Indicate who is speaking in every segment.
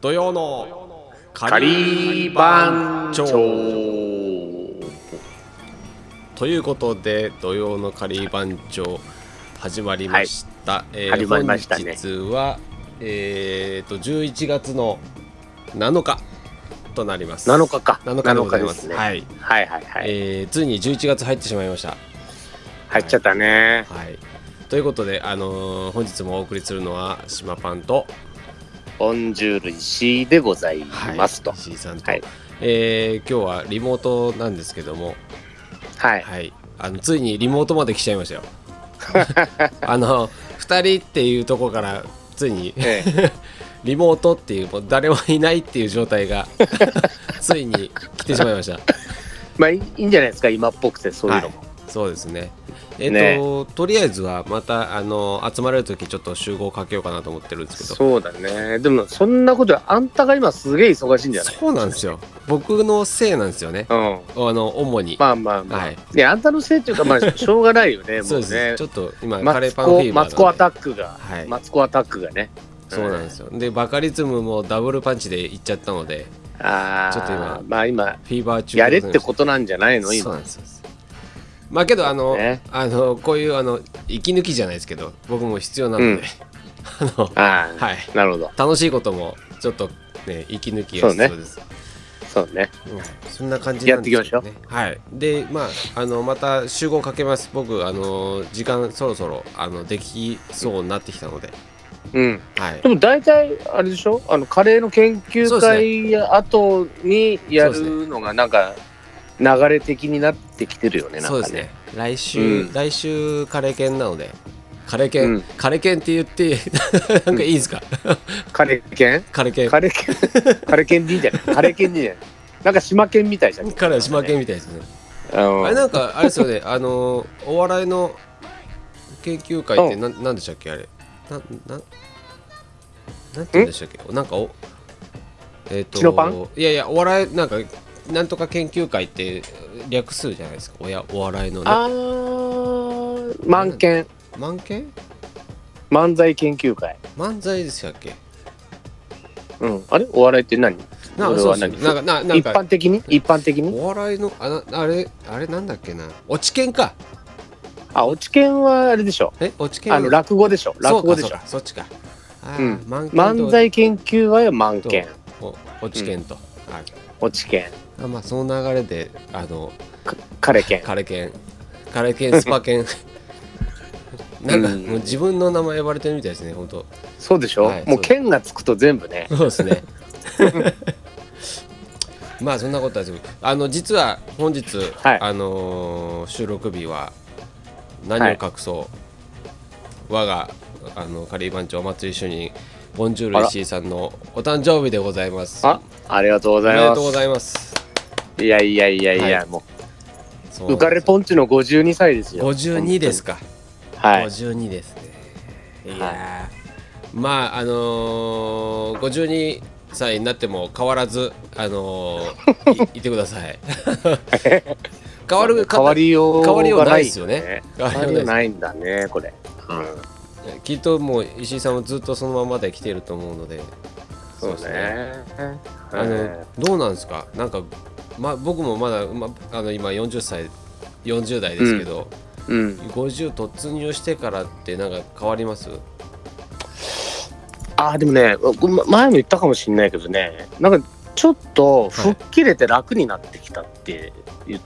Speaker 1: 土曜の
Speaker 2: カリ番長
Speaker 1: ということで土曜のカリー番長始まりました、えー
Speaker 2: 始まりましたね
Speaker 1: 本日はえー、と11月の7日となります
Speaker 2: 7日か
Speaker 1: 7日でございま
Speaker 2: ですすね
Speaker 1: はい、
Speaker 2: はいはいはい、
Speaker 1: えーついに11月入ってしまいました
Speaker 2: 入っちゃったね
Speaker 1: はいということで、あのー本日もお送りするのは島パンと
Speaker 2: ボンジュール石井でございますと
Speaker 1: 石井さんと、
Speaker 2: はい
Speaker 1: えー今日はリモートなんですけども
Speaker 2: はい、
Speaker 1: はい、あのついにリモートまで来ちゃいました よ。あの2人っていうところからついに
Speaker 2: え
Speaker 1: リモートっていうもう誰もいないっていう状態 がついに来てしまいました。
Speaker 2: えまあいいいいんじゃないですか今っぽくてそういうのも、
Speaker 1: そうですね。えっ、と、とりあえずはまたあの集まれる時ちょっと集合かけようかなと思ってるんですけど。
Speaker 2: そうだねでもそんなことよりあんたが今すげえ忙しいんじゃない
Speaker 1: そうなんですよ。僕のせいなんですよね。
Speaker 2: うん
Speaker 1: あの主に。
Speaker 2: まあまあまあ、
Speaker 1: はいい、
Speaker 2: やあんたのせいっていうか まあしょうがないよね
Speaker 1: そ
Speaker 2: も
Speaker 1: う
Speaker 2: う
Speaker 1: です
Speaker 2: ね
Speaker 1: ちょっと今カ
Speaker 2: マ
Speaker 1: レー
Speaker 2: ツ
Speaker 1: パンフィーバーなんで
Speaker 2: コマツコアタックが、
Speaker 1: はい
Speaker 2: マツコアタックがね
Speaker 1: そうなんですよ。でバカリズムもダブルパンチでいっちゃったので。
Speaker 2: ああ
Speaker 1: ちょっと今
Speaker 2: まあ今
Speaker 1: フィーバー中
Speaker 2: やれって
Speaker 1: と
Speaker 2: ことなんじゃないの
Speaker 1: そう
Speaker 2: 今
Speaker 1: なんですそうですまあけどあの,、
Speaker 2: ね
Speaker 1: あのこういうあの息抜きじゃないですけど僕も必要なので、
Speaker 2: うん
Speaker 1: あの
Speaker 2: ああ、
Speaker 1: はい
Speaker 2: なるほど
Speaker 1: 楽しいこともちょっとね息抜きが必要です
Speaker 2: そうね
Speaker 1: そ,、ん、そんな感じなんですけど
Speaker 2: やって
Speaker 1: ねはいでまああのまた集合かけます僕あの時間そろそろあのできそうになってきたので、
Speaker 2: うん
Speaker 1: はい
Speaker 2: でも大体あれでしょあのカレーの研究会や後にやるのがなんか流れ的になってきてるよねなんかね
Speaker 1: そうですね来週、
Speaker 2: うん
Speaker 1: 来週カレー犬なのでカレー犬、
Speaker 2: うん
Speaker 1: カレー犬って言って なんかいいですか、
Speaker 2: カレー犬
Speaker 1: カレー犬
Speaker 2: カレー犬カレー犬でいいんじゃないカレー犬でいいんじゃないなんか島犬みたいじゃん
Speaker 1: 彼は島犬みたいですね。
Speaker 2: うん
Speaker 1: あれなんかあれです よね、あのーお笑いの研究会ってななんでしたっけあれ。なななんて言うんでしたっけなんかおえっ、と
Speaker 2: チノパン
Speaker 1: いやいやお笑いなんかなんとか研究会って略するじゃないですか。おやお笑いのね。
Speaker 2: あー満犬
Speaker 1: 漫研
Speaker 2: 漫才研究会
Speaker 1: 漫才でしたっけ？
Speaker 2: うんあれお笑いって何
Speaker 1: なんか
Speaker 2: 俺
Speaker 1: そう
Speaker 2: は
Speaker 1: です
Speaker 2: 何
Speaker 1: ねなんかななん
Speaker 2: 一
Speaker 1: か
Speaker 2: 般的に一般的に
Speaker 1: お笑いのあなあれあれなんだっけな。落ち研か。
Speaker 2: あ落ち犬はあれでしょ
Speaker 1: え落ち研。
Speaker 2: あの落語でしょ落語でし
Speaker 1: そう
Speaker 2: ょ
Speaker 1: かそうかそっちか。あ
Speaker 2: うん
Speaker 1: ー漫研と
Speaker 2: 漫才研究会は満
Speaker 1: と
Speaker 2: 犬
Speaker 1: お落ち研と、はい
Speaker 2: 落ち犬
Speaker 1: あまあその流れであの
Speaker 2: カレ犬
Speaker 1: カレケンカレケンスパ ケンなんか
Speaker 2: うん
Speaker 1: もう自分の名前呼ばれてるみたいですね本当
Speaker 2: そうでしょ、
Speaker 1: はいそ
Speaker 2: もう
Speaker 1: うです
Speaker 2: 剣がつくと全部ね
Speaker 1: そうですね まあそんなことはですあの実は本日、
Speaker 2: はい
Speaker 1: あのー収録日は何を隠そう、我があのカリー番長お祭り主任ボンジュー
Speaker 2: あ
Speaker 1: ル
Speaker 2: ら
Speaker 1: 石井さんのお誕生日でございます
Speaker 2: あありがとうご
Speaker 1: お
Speaker 2: ざ
Speaker 1: め
Speaker 2: い
Speaker 1: で
Speaker 2: ま
Speaker 1: とうご
Speaker 2: す
Speaker 1: ざいます
Speaker 2: いやいやいやいや、
Speaker 1: は
Speaker 2: も
Speaker 1: そう
Speaker 2: う浮かれポンチの52歳ですよ
Speaker 1: 52ですか
Speaker 2: はい
Speaker 1: 52ですね。
Speaker 2: はい
Speaker 1: いやーまああのー、52歳になっても変わらずあの ー、いいてください。変わる
Speaker 2: 変わりよう
Speaker 1: 変わりよう
Speaker 2: が
Speaker 1: な
Speaker 2: ないい
Speaker 1: ですよね
Speaker 2: 変わり
Speaker 1: 変わりよ
Speaker 2: よ
Speaker 1: う
Speaker 2: う
Speaker 1: な
Speaker 2: ないんだねこれ、うん、
Speaker 1: きっともう石井さんはずっとそのままで来てると思うので。
Speaker 2: そうね
Speaker 1: ですね。
Speaker 2: う
Speaker 1: あ
Speaker 2: ん
Speaker 1: のどうなんですか。なんかま僕もまだまあの今40歳40代ですけど、
Speaker 2: うん、
Speaker 1: 50突入してからってなんか変わります？
Speaker 2: あーでもねごま前も言ったかもしれないけどねなんかちょっと吹っ切れて楽になってきたっていう、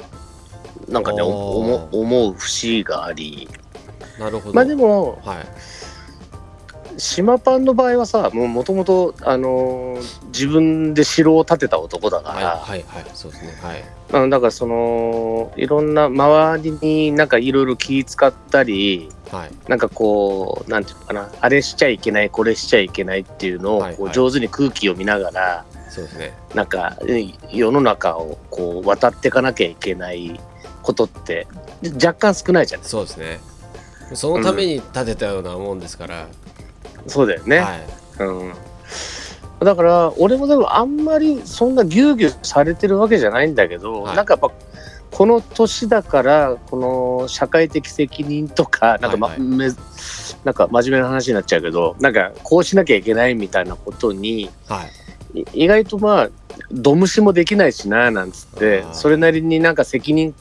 Speaker 2: なんかねお思
Speaker 1: おー
Speaker 2: 思う節があり
Speaker 1: なるほど。
Speaker 2: まあでも
Speaker 1: はい
Speaker 2: 島パンの場合はさもうもともと、あのー自分で城を建てた男だから、
Speaker 1: はいはいはいそうですねはい。
Speaker 2: あのだからそのいろんな周りになんかいろいろ気使ったり
Speaker 1: はい、
Speaker 2: なんかこうなんていうのかなあれしちゃいけないこれしちゃいけないっていうのを
Speaker 1: はい
Speaker 2: こ
Speaker 1: は
Speaker 2: う
Speaker 1: い
Speaker 2: 上手に空気を見ながら、
Speaker 1: そうですね。
Speaker 2: なんかうん世の中をこう渡っていかなきゃいけないことって若干少ないじゃない
Speaker 1: そうですね。そのために建てたようなもんですから。
Speaker 2: そうだよね。
Speaker 1: はい。
Speaker 2: うんだから俺もでもあんまりそんなぎゅうぎゅうされてるわけじゃないんだけど、
Speaker 1: はい
Speaker 2: なんかやっぱこの年だからこの社会的責任とかなんか,、ま
Speaker 1: はいはい
Speaker 2: めなんか真面目な話になっちゃうけどなんかこうしなきゃいけないみたいなことに
Speaker 1: はい。
Speaker 2: い意外とまあドムシもできないしななんつって
Speaker 1: あー
Speaker 2: それなりになんか責任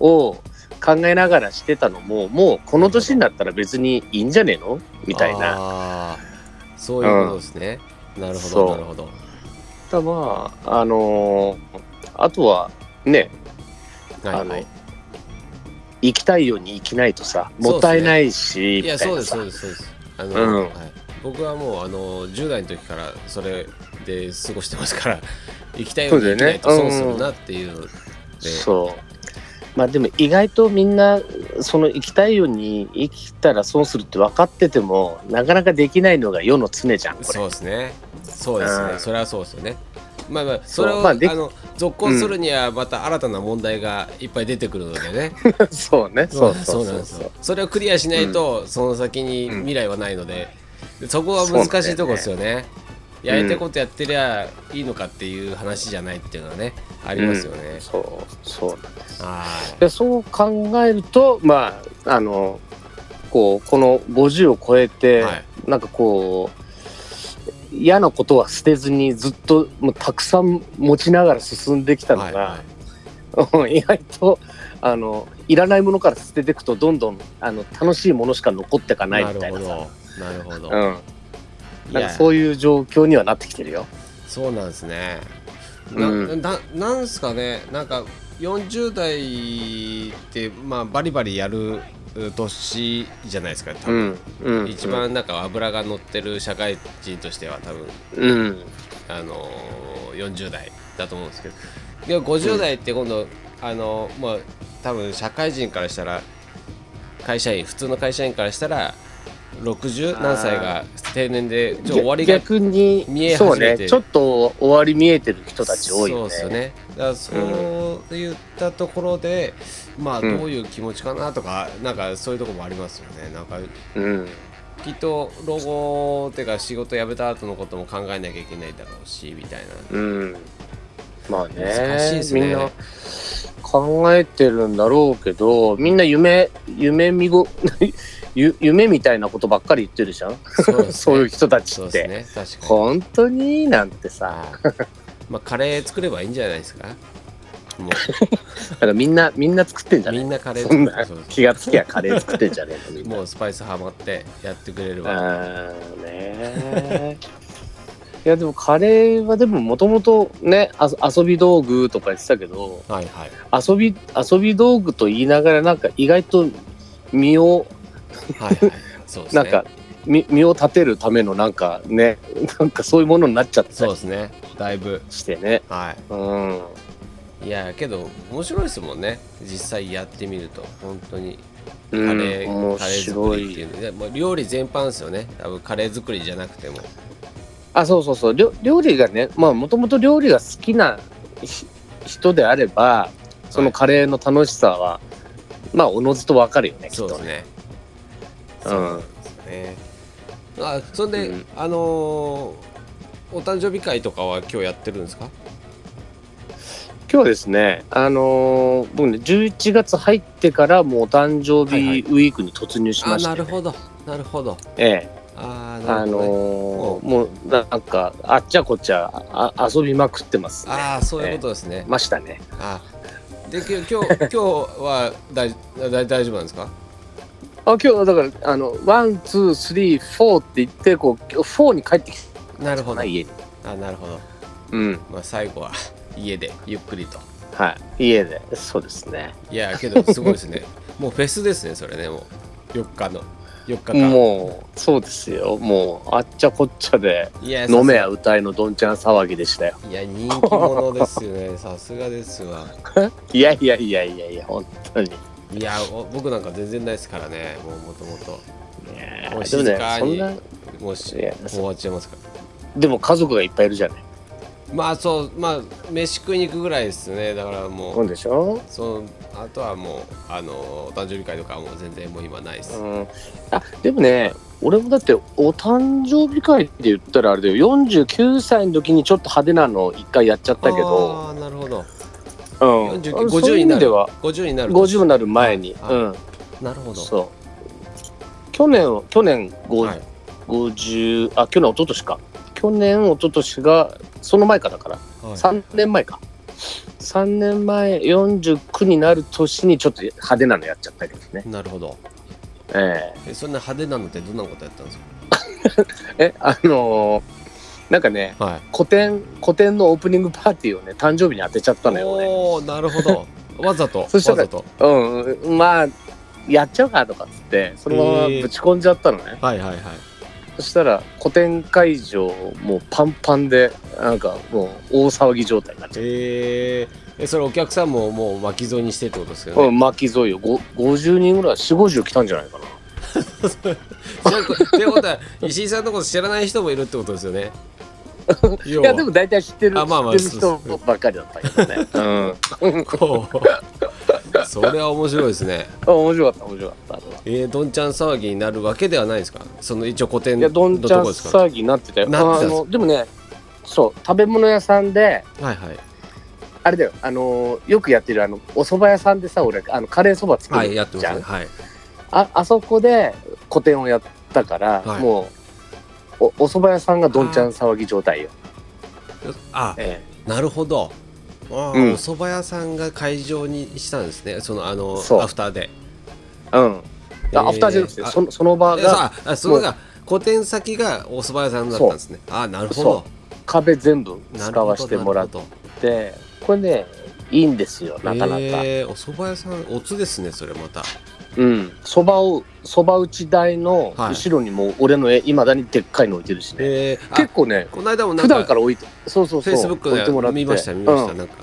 Speaker 2: を考えながらしてたのももうこの年になったら別にいいんじゃねえのみたいな
Speaker 1: あーそういうことですね、なるほ
Speaker 2: そう
Speaker 1: どなるほど
Speaker 2: ただまああのーあとはね
Speaker 1: はいはい
Speaker 2: あの行きたいように生きないとさもったいないし、
Speaker 1: いや
Speaker 2: みた
Speaker 1: そ
Speaker 2: いう
Speaker 1: で
Speaker 2: な
Speaker 1: す
Speaker 2: さ
Speaker 1: そうですそうですあの、
Speaker 2: うん
Speaker 1: はい、僕はもうあの10代の時からそれで過ごしてますから行きたいように
Speaker 2: そう
Speaker 1: 行き
Speaker 2: だ
Speaker 1: な
Speaker 2: よね
Speaker 1: いと損するなっていうので
Speaker 2: そうまあでも意外とみんなその生きたいように生きたら損するって分かっててもなかなかできないのが世の常じゃんこれ
Speaker 1: そうですねそうですね、
Speaker 2: うん
Speaker 1: それはそうですよねまあまあ
Speaker 2: そ
Speaker 1: そ
Speaker 2: う
Speaker 1: れを
Speaker 2: ま
Speaker 1: あ、
Speaker 2: あで
Speaker 1: の続行するにはまた新たな問題がいっぱい出てくるのでね、
Speaker 2: そうねそうそ
Speaker 1: な
Speaker 2: う
Speaker 1: ん
Speaker 2: そう
Speaker 1: です
Speaker 2: そう
Speaker 1: よそれをクリアしないと、その先に未来はないので、でそこは難しいとこですよね
Speaker 2: よ
Speaker 1: や
Speaker 2: ね
Speaker 1: りたいことやってりゃいいのかっていう話じゃないっていうのはねありますよね、
Speaker 2: そうそう
Speaker 1: はい
Speaker 2: でそう考えるとまああのこうこの50を超えて、
Speaker 1: はい
Speaker 2: なんかこう嫌なことは捨てずにずっともうたくさん持ちながら進んできたのが、
Speaker 1: はいはい
Speaker 2: うん 意外とあのいらないものから捨てていくとどんどんあの楽しいものしか残ってかないみたいなさ、
Speaker 1: なるほどなるほど、い
Speaker 2: うん、なん
Speaker 1: や
Speaker 2: かそういう状況にはなってきてるよ。
Speaker 1: そうなんですねな,、
Speaker 2: うん
Speaker 1: ななんですかねなんか40代ってまあバリバリやるう年じゃないですか多
Speaker 2: う
Speaker 1: 分、
Speaker 2: んうん、
Speaker 1: 一番なんか脂が乗ってる社会人としては多分
Speaker 2: うん
Speaker 1: あのー40代だと思うんですけどでも50代って今度、あのーまあ多分社会人からしたら会社員普通の会社員からしたら60何歳が定年でちょ終わりが
Speaker 2: 逆に
Speaker 1: 見え始
Speaker 2: そう
Speaker 1: め
Speaker 2: ね
Speaker 1: てる
Speaker 2: ちょっと終わり見えてる人たち多いよ
Speaker 1: そ
Speaker 2: ね。
Speaker 1: うですよねだからそういったところで、まあど
Speaker 2: うん
Speaker 1: ういう気持ちかなとか、なんかそういうところもありますよねなんか
Speaker 2: うん
Speaker 1: きっと老後っていうか仕事辞めた後のことも考えなきゃいけないだろうしみたいな
Speaker 2: うん、まあね
Speaker 1: 難しいですね
Speaker 2: みんな考えてるんだろうけどみんな夢夢見ご ゆ夢みたいなことばっかり言ってるじゃん
Speaker 1: そうですね
Speaker 2: そういう人たち
Speaker 1: そう
Speaker 2: っ
Speaker 1: で
Speaker 2: て、
Speaker 1: すね確かに
Speaker 2: 本当になんてさ
Speaker 1: あーまあカレー作ればいいんじゃないですかも
Speaker 2: だからみんなみんな作ってんじゃ
Speaker 1: う
Speaker 2: な
Speaker 1: み
Speaker 2: い
Speaker 1: んなカレー
Speaker 2: そんな
Speaker 1: 作る
Speaker 2: 気がつきゃカレー作ってんじゃねえのみんな
Speaker 1: もうスパイスハマってやってくれれば
Speaker 2: あーねーいやでもカレーはでももともとねあ遊び道具とか言ってたけど
Speaker 1: はいはい
Speaker 2: 遊び遊び道具と言いながらなんか意外と身を
Speaker 1: はいはいそうです
Speaker 2: なん
Speaker 1: ね
Speaker 2: か身身を立てるためのなんかね なんかそういうものになっちゃった
Speaker 1: そう
Speaker 2: り
Speaker 1: ですねだいぶ
Speaker 2: してね
Speaker 1: は
Speaker 2: うん
Speaker 1: いいやけど面白いですもんね実際やってみると本当にカ
Speaker 2: う
Speaker 1: レ
Speaker 2: ん
Speaker 1: ー、
Speaker 2: 面
Speaker 1: カレー
Speaker 2: 白
Speaker 1: 作りって
Speaker 2: い
Speaker 1: いうのでもう料理全般ですよね多分カレー作りじゃなくても
Speaker 2: あそうそうそう料料理がねまあもともと料理が好きなひ人であればそのカレーの楽しさは、まあおのずとわかるよねきっ
Speaker 1: そうで
Speaker 2: と
Speaker 1: す
Speaker 2: ね
Speaker 1: ね。
Speaker 2: うん
Speaker 1: そうなんですね。あ、そんで、
Speaker 2: うん
Speaker 1: あのーお誕生日会とかは今日やってるんですか。
Speaker 2: 今日はですねあのー僕ね11月入ってからもうお誕生
Speaker 1: はいはい
Speaker 2: 日ウィークに突入し
Speaker 1: あ、
Speaker 2: ました、
Speaker 1: な
Speaker 2: ね
Speaker 1: るほど、なるほど。
Speaker 2: ええ
Speaker 1: あー、な
Speaker 2: あ
Speaker 1: るほどね、
Speaker 2: のーもうなんかあっちゃこっちゃああ遊びまくってますね。
Speaker 1: あー、そういうことですね。
Speaker 2: ましたね。
Speaker 1: あ、で、きょ今日、今日は大、大、大丈夫なんですか。
Speaker 2: あ今日はだからあのワンツースリーフォーって言ってこうフォーに帰ってきて
Speaker 1: なるほど。
Speaker 2: ない家に。
Speaker 1: あ、なるほど。
Speaker 2: うん
Speaker 1: まあ、最後は家でゆっくりと。
Speaker 2: はい家でそうですね。
Speaker 1: いや、けど、すごい ですね。もうフェスですね、それね、もう。4日の。4日間。
Speaker 2: もうそうですよもうあっちゃこっちゃで
Speaker 1: いや、
Speaker 2: 飲めや歌いのどんちゃん騒ぎでしたよ。
Speaker 1: いや人気者ですよねさすがですわ
Speaker 2: いやいやいやいやいや本当に。
Speaker 1: いやお僕なんか全然ないですからねもうもともと
Speaker 2: い
Speaker 1: もう
Speaker 2: やでも
Speaker 1: 静
Speaker 2: ね
Speaker 1: か
Speaker 2: そ
Speaker 1: に
Speaker 2: んな
Speaker 1: もうし
Speaker 2: い
Speaker 1: も
Speaker 2: や
Speaker 1: う終わっちゃいますから
Speaker 2: でも家族がいっぱいいるじゃない。
Speaker 1: まあそうまあ飯食いに行くぐらいですねだからもう、
Speaker 2: そうでしょ
Speaker 1: そのあとはもうあのお誕生日会とかはもう全然もう今ないです、
Speaker 2: うんあでもね俺もだってお誕生日会で言ったらあれだよ49歳の時にちょっと派手なの一回やっちゃったけど、
Speaker 1: ああなるほど
Speaker 2: うん、
Speaker 1: 49
Speaker 2: あのそう
Speaker 1: 50
Speaker 2: いう
Speaker 1: に
Speaker 2: 意
Speaker 1: な
Speaker 2: 味で
Speaker 1: る
Speaker 2: は
Speaker 1: 50になる
Speaker 2: 50になる前に、
Speaker 1: あ
Speaker 2: うん、
Speaker 1: なるほど
Speaker 2: そう去年去年、ご
Speaker 1: はい
Speaker 2: 50あ去年一昨年か去去年、一昨年が、その前かだから、
Speaker 1: はい
Speaker 2: 3年前か。3年前、49になる年にちょっと派手なのやっちゃったけどね。
Speaker 1: なるほど
Speaker 2: え
Speaker 1: えそんな派手なのってどんなことやったんですか
Speaker 2: ええ、あのーなんかね、
Speaker 1: はい
Speaker 2: 古典、古典のオープニングパーティーをね、誕生日に当てちゃったのよ、俺。
Speaker 1: おおなるほどわざとわ
Speaker 2: そしたら
Speaker 1: ざと
Speaker 2: うん、まあ、やっちゃうかとかっつって、そのままぶち込んじゃったのね。
Speaker 1: はいはいはい
Speaker 2: そしたら古典会場もうパンパンでなんかもう大騒ぎ状態になっちゃう、
Speaker 1: えー、えそれお客さんももう巻き添えにしてってことですよ
Speaker 2: う
Speaker 1: ね、
Speaker 2: ん、巻き添えよご50人ぐらい450来たんじゃないかな
Speaker 1: じゃあこっていうことは石井さんのこと知らない人もいるってことですよねい
Speaker 2: いやでも大体知ってる
Speaker 1: あまあまあ
Speaker 2: 知ってる人ばっかりだったけ どねうん
Speaker 1: こう それは面白いですね
Speaker 2: あ面白かった面白かったあれは
Speaker 1: えー、どんちゃん騒ぎになるわけではないですかその一応古典
Speaker 2: いや
Speaker 1: の
Speaker 2: どんちゃん
Speaker 1: とこですか
Speaker 2: 騒ぎになってたよ
Speaker 1: なってたん
Speaker 2: あ
Speaker 1: です
Speaker 2: のでもねそう食べ物屋さんで
Speaker 1: はいはい
Speaker 2: あれだよあのよくやってるあのお蕎麦屋さんでさ俺あのカレー蕎麦作
Speaker 1: は
Speaker 2: る
Speaker 1: い
Speaker 2: じゃ
Speaker 1: や
Speaker 2: ん
Speaker 1: って、ますねはい
Speaker 2: ああそこで個展をやったから、
Speaker 1: はい
Speaker 2: もうおお蕎麦屋さんがどんちゃん騒ぎ状態よ。
Speaker 1: あ
Speaker 2: え
Speaker 1: なるほどあー、
Speaker 2: うん
Speaker 1: お蕎麦屋さんが会場にしたんですねそのあの
Speaker 2: そう
Speaker 1: アフターで
Speaker 2: えうん。
Speaker 1: えー
Speaker 2: あアフターじゃなくて
Speaker 1: あ
Speaker 2: そのその場
Speaker 1: えそう
Speaker 2: が
Speaker 1: ああそれが古典先がお蕎麦屋さんだったんですねあーなるほど
Speaker 2: そ壁全部
Speaker 1: な
Speaker 2: 使
Speaker 1: るほど
Speaker 2: わせてもらっ
Speaker 1: なる
Speaker 2: てこれねいいんですよ
Speaker 1: ほど
Speaker 2: なかなか。
Speaker 1: えー、お蕎麦屋さんおつですねそれまた
Speaker 2: うん。蕎麦を蕎麦打ち台の
Speaker 1: はい
Speaker 2: 後ろにもう俺の絵いまだにでっかいの置いてるしね。
Speaker 1: えー、あ
Speaker 2: 結構ね
Speaker 1: この間もなん
Speaker 2: 普段か
Speaker 1: から
Speaker 2: 置いてそうそう
Speaker 1: フ
Speaker 2: そ
Speaker 1: ェ
Speaker 2: う
Speaker 1: イスブッ
Speaker 2: 置いてもら
Speaker 1: ク
Speaker 2: っ
Speaker 1: で
Speaker 2: て
Speaker 1: 見ました見ました、
Speaker 2: うん
Speaker 1: なんか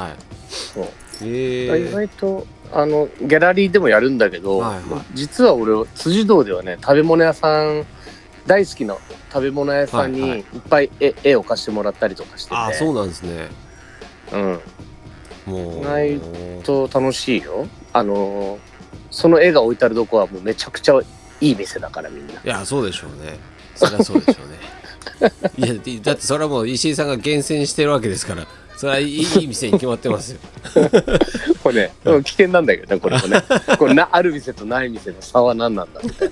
Speaker 1: はい
Speaker 2: そう
Speaker 1: え
Speaker 2: 意
Speaker 1: ー、
Speaker 2: 外とあのギャラリーでもやるんだけど、
Speaker 1: はいはい
Speaker 2: 実は俺辻堂ではね食べ物屋さん大好きな食べ物屋さんに
Speaker 1: はいはい
Speaker 2: いっぱい絵,、絵を貸してもらったりとかしてて
Speaker 1: あーそうなんですね
Speaker 2: うん、
Speaker 1: もう
Speaker 2: ないと楽しいよあのーその絵が置いてあるとこはもうめちゃくちゃいい店だからみんない
Speaker 1: やそうでしょうねそりゃそうでしょうねいやでだってそれはもう石井さんが厳選してるわけですからそれはいいいい店に決まってますよ
Speaker 2: これね、うん危険なんだけどねこれもねこれなある店とない店の差は何なんだみたい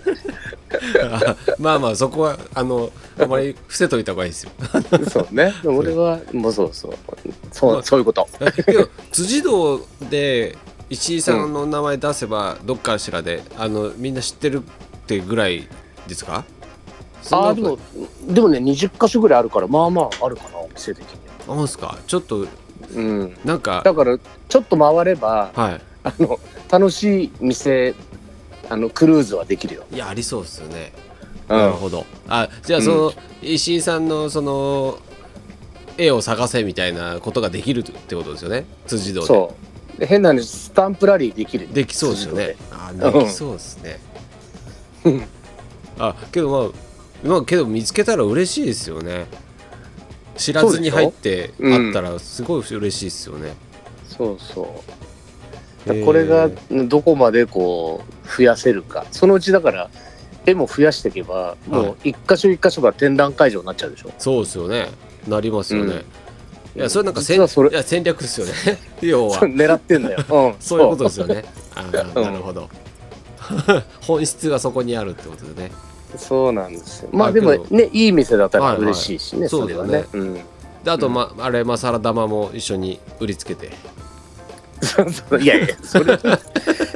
Speaker 1: あまあまあそこはあのあまり伏せといた方がいいですよ
Speaker 2: なそうねでも俺はもうそうそうそうそういうこと
Speaker 1: けど辻堂で石井さんの名前出せばどっかしらであのみんな知ってるってぐらいですか
Speaker 2: あ
Speaker 1: そ
Speaker 2: あ
Speaker 1: ん
Speaker 2: で
Speaker 1: なこ
Speaker 2: もでもね20箇所ぐらいあるからまあまああるかなお店的に
Speaker 1: とあほんすかちょっと
Speaker 2: うん
Speaker 1: なんか
Speaker 2: だからちょっと回れば
Speaker 1: は
Speaker 2: あの楽しい店あのクルーズはできるよ、
Speaker 1: いいやありそうですよね
Speaker 2: う
Speaker 1: なる
Speaker 2: ん、
Speaker 1: ほど。あじゃあその、石井さんのその絵を探せみたいなことができるってことですよね辻堂で。
Speaker 2: そうで変な話スタンプラリーできる
Speaker 1: できそうですよね。あで
Speaker 2: うん
Speaker 1: きそうですね。あけどまあまあけど見つけたら嬉しいですよね。知らずに入って
Speaker 2: そうでしょ
Speaker 1: あったらすごい嬉しいですよね。
Speaker 2: そうそうだ
Speaker 1: へー
Speaker 2: からこれがどこまでこう増やせるかそのうちだから絵も増やしていけばもう一箇所一箇所が展覧会場になっちゃうでしょ
Speaker 1: そうですよね。なりますよね。
Speaker 2: うん
Speaker 1: いやそれなんか戦
Speaker 2: 実はそれ
Speaker 1: いや戦略ですよね。 要は
Speaker 2: そ。れ 狙ってんだよ、うん、
Speaker 1: そういうことですよね。あー
Speaker 2: うん
Speaker 1: なるほど。 本質がそこにあるってことでね。
Speaker 2: そうなんですよまあ
Speaker 1: あ
Speaker 2: でも
Speaker 1: けど
Speaker 2: ねいい店だったら
Speaker 1: はいはい
Speaker 2: 嬉しいしね、
Speaker 1: そ
Speaker 2: そ
Speaker 1: だ
Speaker 2: うれ
Speaker 1: よ
Speaker 2: は
Speaker 1: ね
Speaker 2: ねうん
Speaker 1: であと、まあれ、まあ、サラダマも一緒に売りつけて。
Speaker 2: そう そういやいやそれ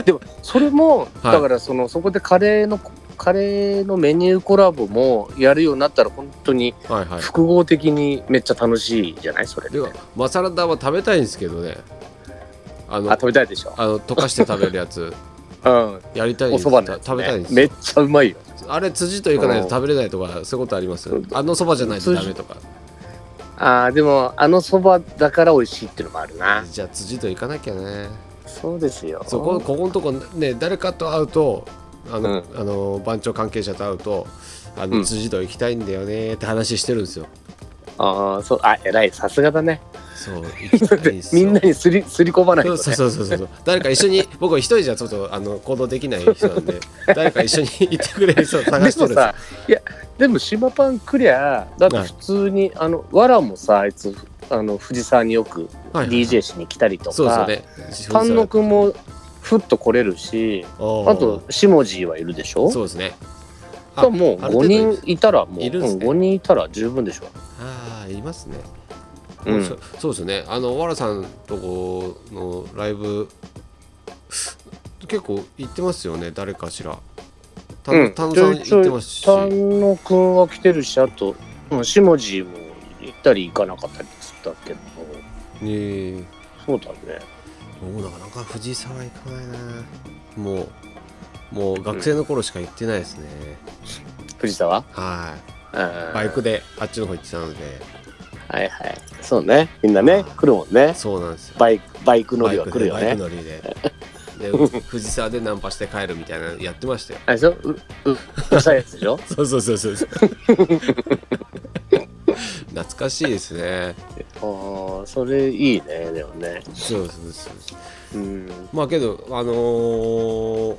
Speaker 2: でもそれも、
Speaker 1: はい
Speaker 2: だからそのそこでカレーのカレーのメニューコラボもやるようになったら本当に
Speaker 1: はいは
Speaker 2: 複合的にめっちゃ楽しいじゃないそれ
Speaker 1: い。では、まあ、サラダマ食べたいんですけどね。あの、
Speaker 2: あ
Speaker 1: あ
Speaker 2: 食べたいでしょ
Speaker 1: の溶かして食べるや つ、
Speaker 2: うん
Speaker 1: やりたいん
Speaker 2: お
Speaker 1: です
Speaker 2: そばのやつ、ね、
Speaker 1: 食べたいんです
Speaker 2: めっ
Speaker 1: よ。
Speaker 2: ちゃうまいよ
Speaker 1: あれ、辻と行かないと食べれないとか、そういうことあります
Speaker 2: うん
Speaker 1: あのそばじゃないとダメとか。
Speaker 2: あーでもあのそばだから美味しいっていうのもあるな
Speaker 1: じゃあ、辻と行かなきゃね。
Speaker 2: そうですよ
Speaker 1: そこ、ここのとこ、ね、誰かと会うと、あの、
Speaker 2: う
Speaker 1: あの番長関係者と会うと、あ
Speaker 2: う
Speaker 1: の
Speaker 2: ん
Speaker 1: 辻と行きたいんだよねって話してるんですよ。
Speaker 2: ああそうあ偉いさすがだね
Speaker 1: そう、行きたいんです
Speaker 2: み
Speaker 1: よ
Speaker 2: んなにすりすり込まないと、ね、
Speaker 1: そうそうそうそうそう誰か一緒 に僕は一人じゃちょっとあの行動できない人なんで誰か一緒に行ってくれる人を探してるんです
Speaker 2: でも
Speaker 1: よ
Speaker 2: さいやでも島パンクリアだって普通に、あのわらもさあいつあの藤沢によく
Speaker 1: はいはい
Speaker 2: DJ しに来たりと
Speaker 1: そうですよ
Speaker 2: か
Speaker 1: ね
Speaker 2: 丹野くんもふっと来れるし
Speaker 1: おー
Speaker 2: あと下地はいるでしょ
Speaker 1: そうですねあ
Speaker 2: もう
Speaker 1: ある程度
Speaker 2: 5人いたらもう
Speaker 1: いるんすね
Speaker 2: うん5人いたら十分でしょ
Speaker 1: ああいますね、
Speaker 2: う
Speaker 1: そ
Speaker 2: ん、
Speaker 1: そうですねあのわらさんとこのライブ結構行ってますよね誰かしらた
Speaker 2: うん、
Speaker 1: 田野さん行ってますし、
Speaker 2: ちょいちょい丹野くんは来てるしあと、うん、下地も行ったり行かなかったりつったけど
Speaker 1: ねえ
Speaker 2: そうだね
Speaker 1: もうなかなか藤井さんは行かないなもうもう学生の頃しか行ってないですね、
Speaker 2: 藤沢
Speaker 1: はいバ
Speaker 2: バ
Speaker 1: イクであっちの方行ってたので
Speaker 2: はいはいそうねみんなね来るもんね
Speaker 1: そうなんですよ
Speaker 2: バイクバイク乗
Speaker 1: バ
Speaker 2: り
Speaker 1: イ
Speaker 2: は
Speaker 1: ク
Speaker 2: 来る
Speaker 1: で
Speaker 2: よ
Speaker 1: バイク
Speaker 2: ね
Speaker 1: 乗りでで藤沢でナンパして帰るみたいなのやってましたよ
Speaker 2: あれでしょうううるさいやつでしょ
Speaker 1: そうそうそうそうそう懐かしいですね
Speaker 2: ああそれいいねでもね
Speaker 1: そうそうそう
Speaker 2: うん
Speaker 1: まあけどあのー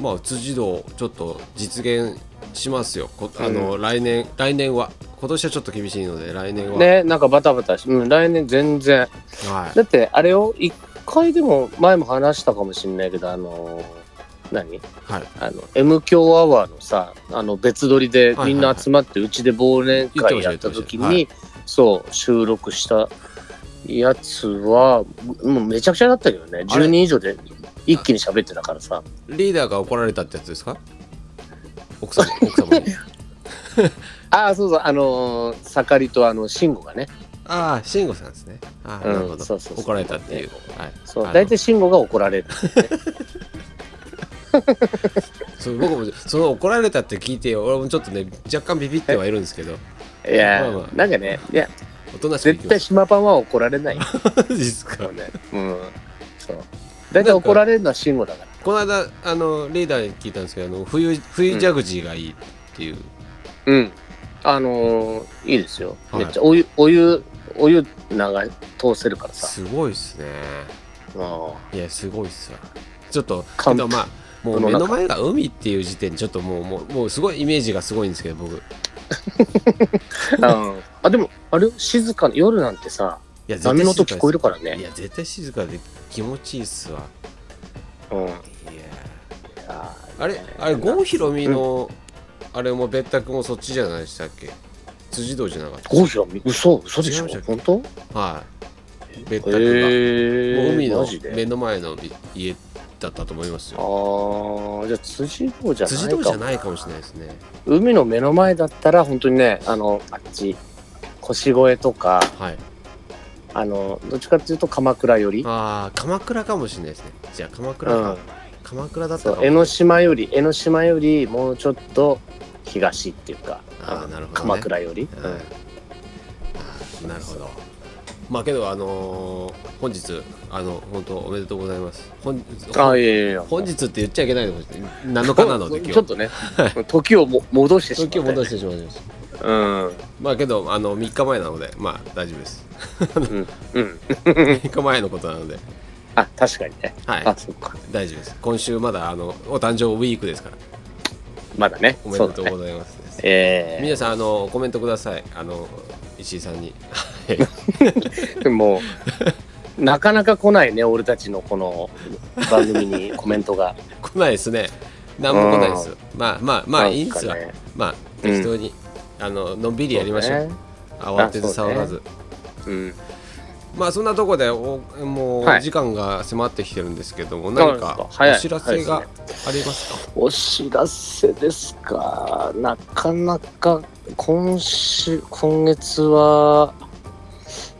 Speaker 1: まあ辻堂ちょっと実現しますよこあの、来年来年は今年はちょっと厳しいので来年は、
Speaker 2: ねなんかバタバタし、うん、来年全然
Speaker 1: はい
Speaker 2: だってあれを一回でも前も話したかもしれないけどあのー
Speaker 1: は
Speaker 2: 何
Speaker 1: い
Speaker 2: あの M 強アワーのさあの別撮りで
Speaker 1: いはい
Speaker 2: みんな集まってうちで忘年会やった時
Speaker 1: 言
Speaker 2: にそう収録したやつはもうめちゃくちゃだったけどね
Speaker 1: あれ
Speaker 2: 10人以上で一気に喋ってたからさ
Speaker 1: リーダーが怒られたってやつですか奥様奥様に
Speaker 2: ああそうそうあのー、盛りとあの慎吾がね
Speaker 1: ああ慎吾さんですねああ、
Speaker 2: うん
Speaker 1: なるほど
Speaker 2: そうそうそう
Speaker 1: 怒られたっていう、はい、
Speaker 2: そう
Speaker 1: あの
Speaker 2: 大体慎吾が怒られる
Speaker 1: そう僕もその怒られたって聞いて俺もちょっとね若干ビビってはいるんですけど
Speaker 2: いや
Speaker 1: まあま
Speaker 2: ーなんかねいや
Speaker 1: おとなしくいき
Speaker 2: 絶
Speaker 1: ま
Speaker 2: 対
Speaker 1: し
Speaker 2: 島パンは怒られな い
Speaker 1: たですか
Speaker 2: よねうんそう大体怒られるのは慎吾だから
Speaker 1: この間あのリーダーに聞いたんですけどあの冬冬ジャグジーがいいっていう、
Speaker 2: うん。あのーいいですよ。
Speaker 1: はい
Speaker 2: めっちゃお湯、お湯、お湯流通せるからさ。
Speaker 1: すごいっすね
Speaker 2: も
Speaker 1: いやすごいっすわちょっとけ
Speaker 2: 完
Speaker 1: ど
Speaker 2: 璧
Speaker 1: まあもう
Speaker 2: 世の
Speaker 1: 目
Speaker 2: 中
Speaker 1: の前が海っていう時点でちょっともうもうもうすごいイメージがすごいんですけど僕いう
Speaker 2: うんあ、でも、あれ、静かな、夜なんてさ、
Speaker 1: や絶対
Speaker 2: 波の音
Speaker 1: 静かです
Speaker 2: 聞こえるからね
Speaker 1: い。や絶対静かで気持ちいいっすわ
Speaker 2: うん。い
Speaker 1: いや
Speaker 2: や
Speaker 1: あれあれゴンヒロミの、あれも別宅もそっちじゃないでしたっけ辻堂じゃなかった
Speaker 2: ゴージャミ、嘘、嘘でし
Speaker 1: 違い
Speaker 2: ょ
Speaker 1: ましたっけ
Speaker 2: 本当
Speaker 1: はい別
Speaker 2: え
Speaker 1: 宅が、もう海
Speaker 2: マ
Speaker 1: の
Speaker 2: ジ
Speaker 1: 目
Speaker 2: で。
Speaker 1: の前の家だったと思います
Speaker 2: あ
Speaker 1: よ
Speaker 2: ーじゃあ辻堂じゃない
Speaker 1: 辻
Speaker 2: か
Speaker 1: 堂じゃないかもしれないですね
Speaker 2: 海の目の前だったら本当にねあのあっち腰越とか
Speaker 1: はい
Speaker 2: あのどっちかっていうと鎌倉より、
Speaker 1: ああ鎌倉かもしれないですねじゃあ鎌
Speaker 2: う
Speaker 1: 倉か、
Speaker 2: ん、
Speaker 1: 鎌倉だった
Speaker 2: そう
Speaker 1: かも
Speaker 2: 江ノ島より江ノ島よりもうちょっと東っていうか
Speaker 1: あー
Speaker 2: うん
Speaker 1: なるほどね
Speaker 2: 鎌倉より、
Speaker 1: はいあーなるほどまあけどあのー本日あの本当おめでとうございます本
Speaker 2: ああいやいやいや
Speaker 1: 本日って言っちゃいけないのかもしれない7日なので今
Speaker 2: ちょっ
Speaker 1: 日
Speaker 2: とね時をも戻してしまっ
Speaker 1: 時
Speaker 2: て
Speaker 1: を戻してしまいました
Speaker 2: うんうん
Speaker 1: まあけどあの3日前なのでまあ大丈夫です
Speaker 2: うん
Speaker 1: 3日前のことなので
Speaker 2: あ確かにね
Speaker 1: はい
Speaker 2: あそっか
Speaker 1: 大丈夫です今週まだあのお誕生日ウィークですから
Speaker 2: まだね
Speaker 1: おめでと
Speaker 2: そううだね
Speaker 1: ございますです、
Speaker 2: え
Speaker 1: 皆さんあのコメントくださいあの石井さんに
Speaker 2: えもうなかなか来ないね俺たちのこの番 組にコメントが
Speaker 1: 来ないですね何も来ないですよまあまあまあいいんですわ、
Speaker 2: なんかね
Speaker 1: まあ
Speaker 2: うん
Speaker 1: 適当に、あののんびりやりましょう
Speaker 2: そうね
Speaker 1: 慌てず
Speaker 2: あそう
Speaker 1: 騒
Speaker 2: ね
Speaker 1: がず、
Speaker 2: うん
Speaker 1: まあそんなとこでおもう
Speaker 2: はい
Speaker 1: 時間が迫ってきてるんですけども、
Speaker 2: そう
Speaker 1: 何
Speaker 2: ですか
Speaker 1: か
Speaker 2: 早い
Speaker 1: お知らせがありますか
Speaker 2: お知らせですかなかなか今週今月は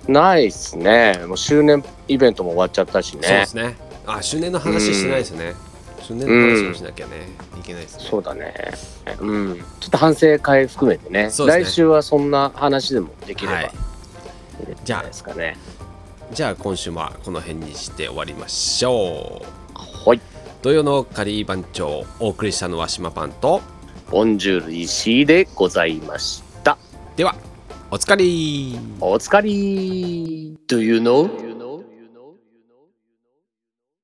Speaker 2: ないですねもう周年イベントも終わっちゃったし
Speaker 1: そうで
Speaker 2: ね
Speaker 1: すね。あ、周年の話してないですね。周年の話をしなきゃね、いけないですね。
Speaker 2: そうだねうんちょっと反省会含めてね
Speaker 1: そうですね
Speaker 2: 来週はそんな話でもできれば、
Speaker 1: はいい、
Speaker 2: いん
Speaker 1: じ
Speaker 2: じ
Speaker 1: ゃ
Speaker 2: ゃ
Speaker 1: あ
Speaker 2: ないですかね
Speaker 1: じゃあ今週はこの辺にして終わりましょ。
Speaker 2: はい
Speaker 1: 土曜のカリー番長、お送りしたのは島パンと、
Speaker 2: ボンジュール石井でございました
Speaker 1: では、おつかり
Speaker 2: お疲れ Do you know?